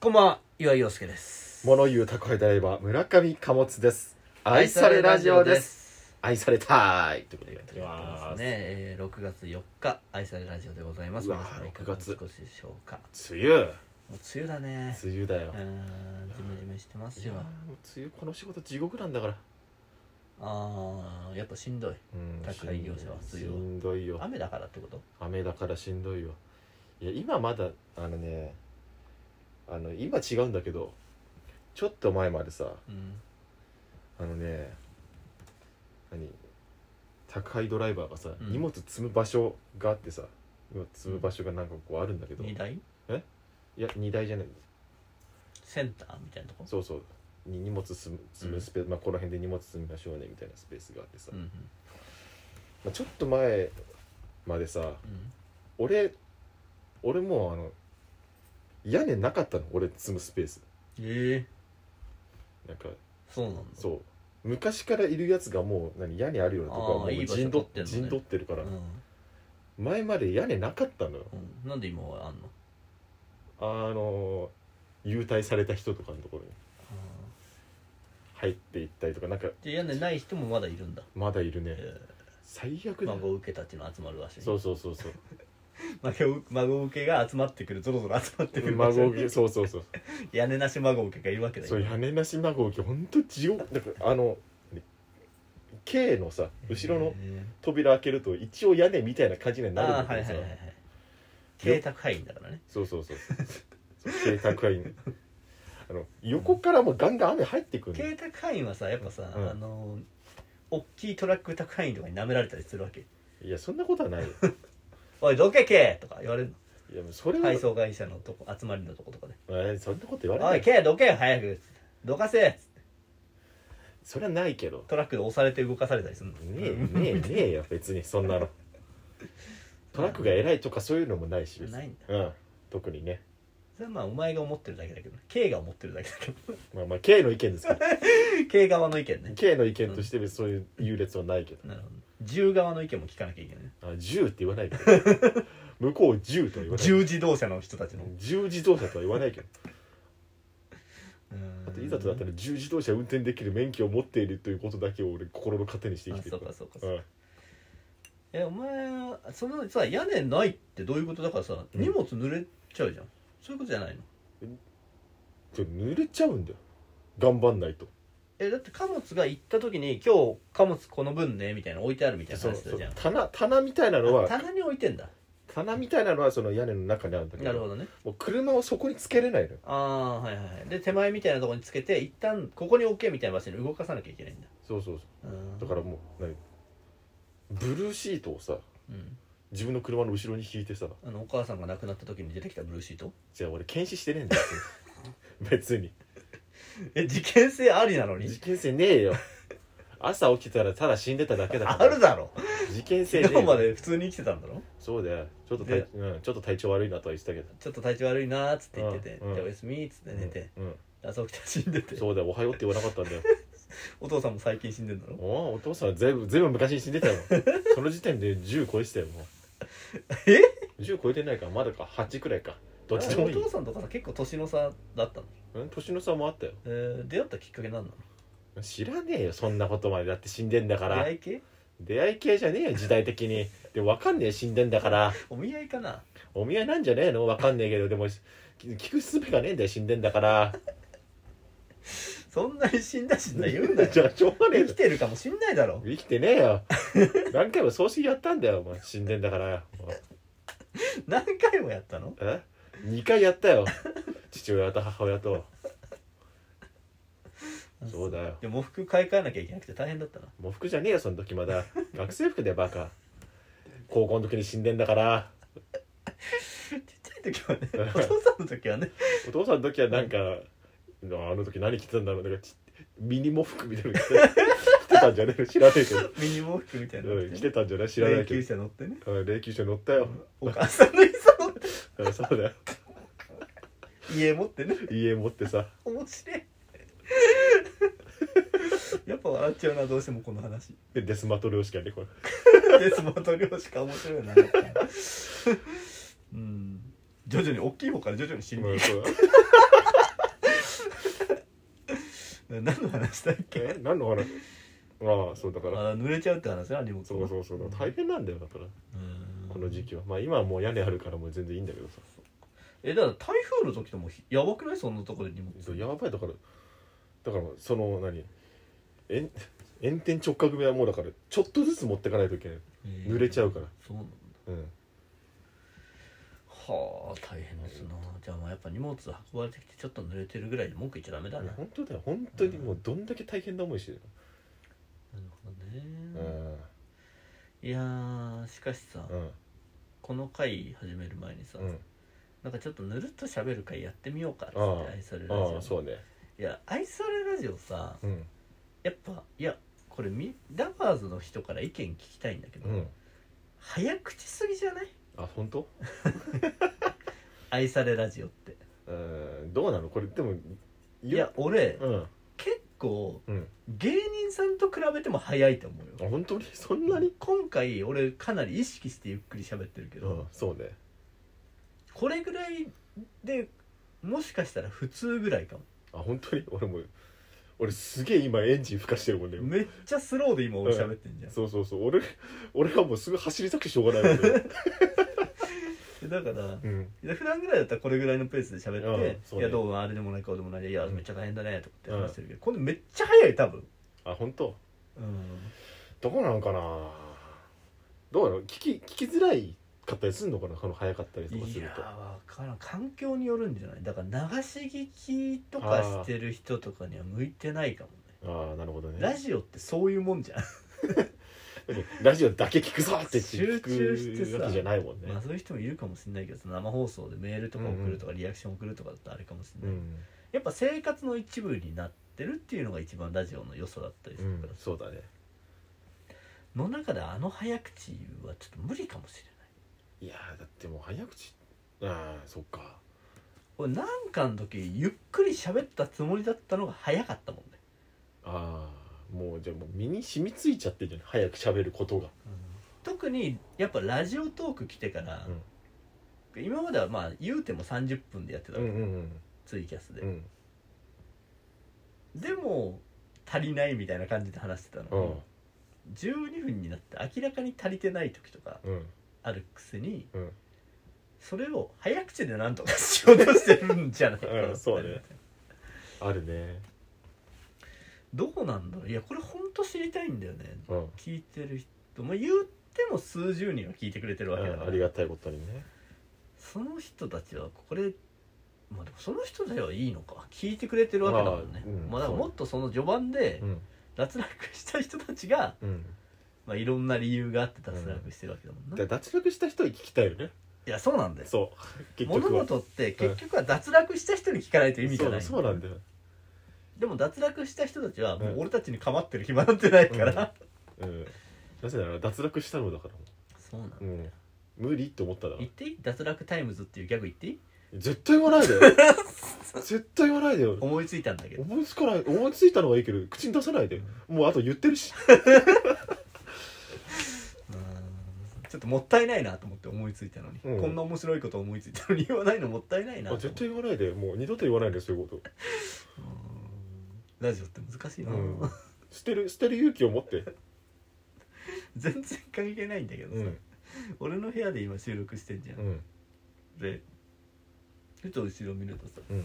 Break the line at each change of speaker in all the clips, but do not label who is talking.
こんばんは、岩井陽介です。
物言う宅配ドライバー村上貨物です愛されラジオです
す。
愛されたいということでやってお
とい
り
うこと
ま
ですね、えー、6月4日、愛されラジオでございます。
うわー
皆さんいかがお過ごしでしょうか。
す梅雨梅
もう梅雨だね。
雨だよ
うーん、ジメジメしてます
いや
よ
ー。もう梅雨この仕事地獄なんだから
あー、やっぱしんどい。
うん
宅配業者は
し
梅雨を
んどいよ
雨だからってこと
雨だからしんどいよいや今まだあのねあの今違うんだけどちょっと前までさ
うん。
あのね何宅配ドライバーがさ、
うん
荷物積む場所があってさ荷物積む場所がなんかこうあるんだけど、
荷台
いや荷台じゃない
センターみたいなとこ
そうそうに荷物積む積むスペース、まあ、この辺で荷物積みましょうねみたいなスペースがあってさ、
うんうん。
まあ、ちょっと前までさ
うん。
俺俺もうあの屋根なかったの俺積むスペース
え
なんか
ー、そうなんだ。
そう昔からいるやつがもう何屋根あるようなとこはも
あ
う
ーいい場所
陣
取
取
ってんのね
陣取ってるから、
うん。
前まで屋根なかったのよ
うん、なんで今はあんの
あの優待された人とかのところに入っていったりとかなんか
じゃあ屋根ない人もまだいるんだ。
まだいるね
え
最
ー
悪だよ
孫受けたちの集まる場所に
そうそうそ うそう
孫孫受けが集まってくるぞろぞろ集まってくる場所
孫受けそうそうそう
屋根なし孫受けがいるわけだ
そう
今
屋根なし孫受けほんと地獄だからあの K のさ後ろの
へ
扉開けると一応屋根みたいな感じに
ー
なる
あ
ん
ーは
だ
い
け
は
どさ
いはいはい邸宅範囲だからね
そうそうそうそうそう計画員あの横からもうガンガン雨入ってくる
邸宅範囲はさやっぱさ、
うん
あのー大きいトラック宅範囲とかに舐められたりするわけ
いやそんなことはないよ
「おいどけけ!」とか言われる
いやもうそれ
の
は、
配送会社のとこ集まりのとことかで
えーそんなこと言
「
われ
お
ないい
けどけ早く!」どかせ
それはないけど
トラックで押されて動かされたりするの
ねえねえねえよ別にそんなのトラックが偉いとかそういうのもないし別に
ないんだ
うん特にね
それはまあお前が思ってるだけだけどね K が思ってるだけだけど
まあまあ K の意見ですけど
K 側の意見ね
K の意見として別にそういう優劣はないけど
なるほど銃側の意見も聞かなきゃいけないね
あ銃って言わないけど 向こう銃とは言わない
重自動車の人たちの
銃自動車とは言わないけどだっていざとなった
ら
ら銃自動車運転できる免許を持っているということだけを俺心の糧にして生きてる
あそうかそうか
う
そ
ん
えお前そのさ屋根ないってどういうことだからさ
うん
荷物濡れちゃうじゃん、そういうことじゃないの
じゃあ濡れちゃうんだよ頑張んないと
えだって貨物が行った時に今日貨物この分ねみたいなの置いてあるみたいな
そう
話
そ
だ
う
じゃん
棚棚みたいなのは
棚に置いてんだ
棚みたいなのはその屋根の中にあるんだけど
なるほどね
もう車をそこにつけれないのよ
ああはいはいはいで手前みたいなところにつけて一旦ここに置けみたいな場所に動かさなきゃいけないんだ
そうそう
うん
そうだからもう何ブルーシートをさ
うん
自分の車の後ろに引いてさ
あのお母さんが亡くなった時に出てきたブルーシート
じゃあ俺検視してねえんだよ別に
え事件性ありなのに
事件性ねえよ 朝起きたらただ死んでただけだか
あ
ら
るだろ
事件性ね
昨
え
日ま
よ
で普通に生きてたんだろ
そうだよちょっと
で
体,、うん、ちょっと体調悪いなとは言ってたけど
ちょっと体調悪いなーっつって言ってて「
うんうん
じゃあおやすみ」っつって寝て、
うん
朝起きたら死んで
う
て
ん、そうだよおはようって言わなかったんだよ
お父さんも最近死んでんだろ
おおお父さんは全部全部昔に死ん でたよその時点で10超えてたよも
え
う10超えてないからまだか8くらいかどっちでも
お
いい
父さんとかさ結構年の差だったの、
うん年の差もあったよ
えー出会ったきっかけ何なの
知らねえよそんなことまでだって死んでんだか
出
ら
会い系
出会い系じゃねえよ時代的にでわかんねえ死んでんだから
お見合いかな
お見合いなんじゃねえのわかんねえけどでもき聞くすべがねえんだよ死んでんだから
そんなに死んだ死んだ言うんだ
じゃ
よ
あしょうがねえ
生
だ
きてるかもしんないだろ
生きてねえよ何回も葬式やったんだよお前死んでんだから
何回もやったの
え2回やったよ父親と母親とそうだよ
で喪服買い替えなきゃいけなくて大変だったな
喪服じゃねえよその時まだ学生服でバカ高校の時に死んでんだから
ちっちゃい時はねお父さんの時はね
お父さんの時はなんかあの時何着てたんだろうなんかちミニ喪服みたいなの着て着てたんじゃねえの知らないけど
ミニ喪服みたいな
うん着て
た
たんじゃない知らないけ
車乗ってね
どうん霊柩車乗ったよ
お母さんの餌を
うんそうだよ
家持ってね
家持ってさ
面白いやっぱ笑っちゃうなどうしてもこの話
でデスマト漁師がねこ
デ
れ
スマート漁師か面白いなうん徐々に大きい方から徐々に死んでいく
うんそう
な何の話だっけ
え何の話ああそうだから
あ濡れちゃうって話なリモコン
そうそうそう大変なんだよだから
うん
この時期はまあ今はもう屋根あるからもう全然いいんだけどさ
えだから台風の時ともひやばくないそんなとこでリモコン
そうやばいだからだからその何炎炎天直角部屋もうだからちょっとずつ持ってかないといけない濡れちゃうから
そうなんだ
うん
はあ大変ですなじゃあまあやっぱ荷物運ばれてきてちょっと濡れてるぐらいで文句言っちゃダメだ
い
な
や本当だよ本当にもうどんだけ大変な思いしてる
なるほど
う
ね、
ん
いやーしかしさ、
うん
この回始める前にさ、
うん
なんかちょっとぬるっと喋る回やってみようかっつって
ああ
愛されるラジ
あ
オ
あそうね
いや愛されラジオさ
うん
やっぱいやこれみラバーズの人から意見聞きたいんだけど、
うん
早口すぎじゃない
あ本当
愛されラジオって
うんどうなのこれでも
いや俺
うんあ
結構、
うん
芸人さんと比べても早いと思うよ
本当に そんなに
今回俺かなり意識してゆっくり喋ってるけ
う
ど、
んそうね
これぐらいでもしかしたら普通ぐらいかも
あ本当に俺も俺すげえ今エンジンふかしてるもんね今
めっちゃスローで今俺喋ってんじゃん、
そうそうそう俺俺はもうすぐ走りたくてしょうがないもんね
だから
うん
いや普段ぐらいだったらこれぐらいのペースで喋って
うん
「
そう
い
ね
やどうもあれでもないこうでもないでいや
うん
めっちゃ大変だね」とかって話してるけど、今度めっちゃ早い多分
あ本当
うん
どこなのかなどうなの聞き聞きづらいかったりするのかなこの早かったりとか
い
する
や
と
わからん環境によるんじゃないだから流し聞きとかしてる人とかには向いてないかもね
ああなるほどね
ラジオってそういうもんじゃん、
ラジオだけ聞くぞって言って聞
集中して
く
さ
わけじゃないもんね
まあそういう人もいるかもしれないけどさ生放送でメールとか送るとかリアクション送るとかだったらあれかもしれ
う
ない、
ん
やっぱ生活の一部になってるっていうのが一番ラジオの良さだったりす
う
るか
ん
ら、
そうだね
の中であの早口はちょっと無理かもしれない
いやーだってもう早口ああそっか
俺なんかの時ゆっくり喋ったつもりだったのが早かったもんね、
ああもうじゃあもう身に染みついちゃってるじゃん早く喋ることが
特にやっぱラジオトーク来てから、今まではまあ言うても30分でやってた
う
の、
んうん
ツイキャスで
うんう、ん
でも足りないみたいな感じで話してた
う
の
ん
に、12分になって明らかに足りてない時とか
うん
あるくせに、
うん
それを早口でなんとかしようとしてるんじゃないかなって、
うんそうねあるね
どうなんだろういやこれほんと知りたいんだよね
うん
聞いてる人まあ言っても数十人は聞いてくれてるわけだ
あ
か
あり
ら
がたいことにね
その人たちはこれまあでもその人ではいいのか聞いてくれてるわけだもんね
ああうん
まあだからもっとその序盤で
うん
脱落した人たちが、
うん
まあ、いろんな理由があって脱落してるわけだもんな、
だ
い
から脱落した人に聞きたいよね
やそうなんだよ
そう 結
物
局は
事って結局は脱落した人に聞かないと意味がない
そうそうなんだよ
でも脱落した人たちはもう
うん
俺たちに構ってる暇なんてないから、
うんうんなぜなら脱落したのだから
そうなんだよ、
うん無理って思っただか
言
ら
っていい脱落タイムズっていうギャグ言っていい
絶対言わ ないでよ絶対言わないでよ
思いついたんだけど
思いつかない思いついたのはいいけど口に出さないでもうあと言ってるし
ちょっともったいないなと思って思いついたのに、
うん
こんな面白いこと思いついたのに言わないのもったいないな
あ
と思
絶
って
対言わないでもう二度と言わないでそういう
う
こ
んラジオって難しい
と、
な、
うん、捨てる捨てる勇気を持って、
全然関係ないんだけどさ、俺の部屋で今収録してんじゃん、
うん
でふと後ろ見るとさ、
うん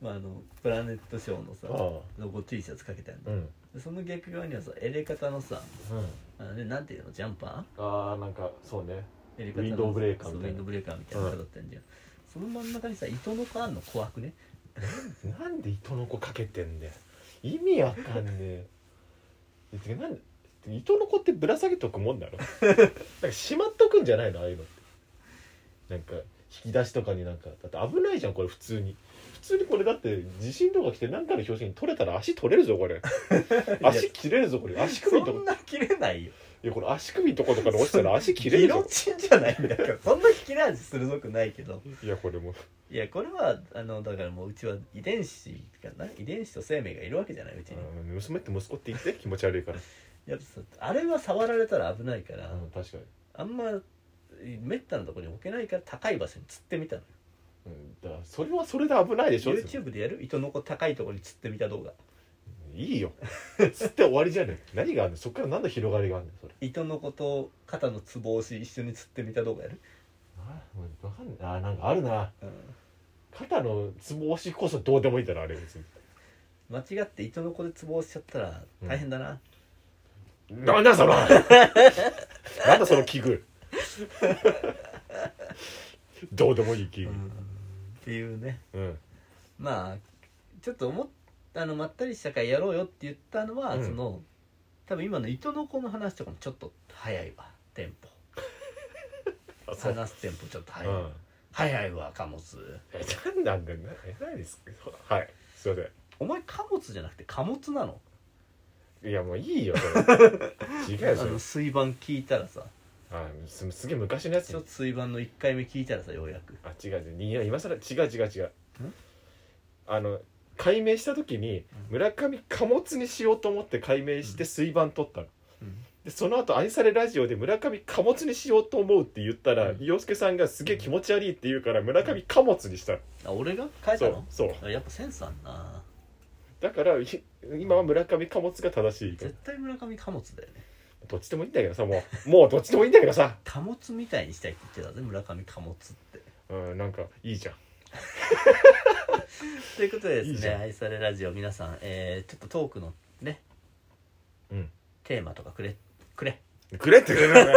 まあ、あのプラネットショーのさ
あ
ロゴ T シャツかけてあるん
あう
だ、
ん
でその逆側にはさエレカタのさあの、ね、なんていうのジャンパ
ああなんかそうね
ーエレカタの
ウィンドウブレーカー
そう
み
ウ
た
ィ
いな
ンドウブレーカーみたいなのだったんじゃん、その真ん中にさ糸の子あんの怖くね
なんで糸の子かけてんだよ意味わかんねええてかなんで糸の子ってぶら下げとくもん だろなんかしまっとくんじゃないのああいうのってなんか引き出しとかになんかだって危ないじゃんこれ普通に普通にこれだって地震とか来て何かの表紙に取れたら足取れるぞこ れ足切れるぞこれ足首と
そ
か
んな切れないよ
いやこれ足首とことかに落ちたら足切れる
ギロ
ぞ
チンじゃないんだからそんな切れ味鋭くないけど
いやこれもう
いやこれはあのだからもううちは遺伝子かな遺伝子と生命がいるわけじゃないうちに
うん娘って息子って言って気持ち悪い から、
やっぱさあれは触られたら危ないから、
うん、確かに、
あんまめったなとこに置けないから高い場所に釣ってみたのよ
うん、だからそれはそれで危ないでしょ
YouTube でやる糸のこ高いところに釣ってみた動画
いいいよつって終わりじゃねえ何があんのそっから何の広がりがあんのそれ
糸の子と肩のつぼ押し一緒に釣ってみた動画やる、
あもうわかんないあなんかあるな
うん、
肩のつぼ押しこそどうでもいいだろあれ別に
間違って糸の子でつぼ押しちゃったら大変だな、
なんだ そのなんだその器具どうでもいい器具
うんっていうね
うん
まあちょっと思っあのまったりした会やろうよって言ったのは、
うん
その多分今の糸の子の話とかもちょっと早いわテンポ
あそう
話すテンポちょっと早い、
うん
早いわ貨物
え何なんだよなえ何ですかはいすいません
お前貨物じゃなくて貨物なの
いやもういいよ それ違うよ
あ
それ
の水盤聞いたらさ
あすすげえ昔のやつ
ちょっと水盤の1回目聞いたらさようやく
あ違う違ういや今更違う違う違うあの解明した時に村上貨物にしようと思って解明して水盤取ったの、
うん
でその後愛されラジオ」で「村上貨物にしようと思う」って言ったら、
うん
洋介さんがすげえ気持ち悪いって言うから村上貨物にしたの、
あ俺が変えた
そ
の
うそう
あやっぱセンスあんな
だからい今は村上貨物が正しい
絶対村上貨物だよね
どっちでもいいんだけどさもうもうどっちでもいいんだけどさ
貨物みたいにしたいって言ってたぜ村上貨物って
うんなんかいいじゃん
ということでですね
いいじゃん
愛されラジオ皆さん、えー、ちょっとトークのね、
うん
テーマとかくれくれ
くれってくれるよね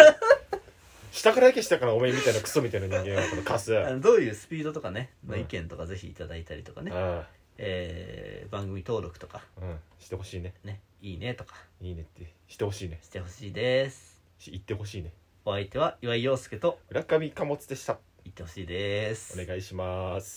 下からだけ下からおめえみたいなクソみたいな人間はこのカス
あ
あ
のどういうスピードとかね、まあ、
うん
意見とかぜひいただいたりとかね、
あ
えー番組登録とか
うんしてほしいね
ねいいねとか
いいねってしてほしいね
してほしいです
し言ってほしいね
お相手は岩井陽介と
村上貨物でした
言ってほしいです
お願いします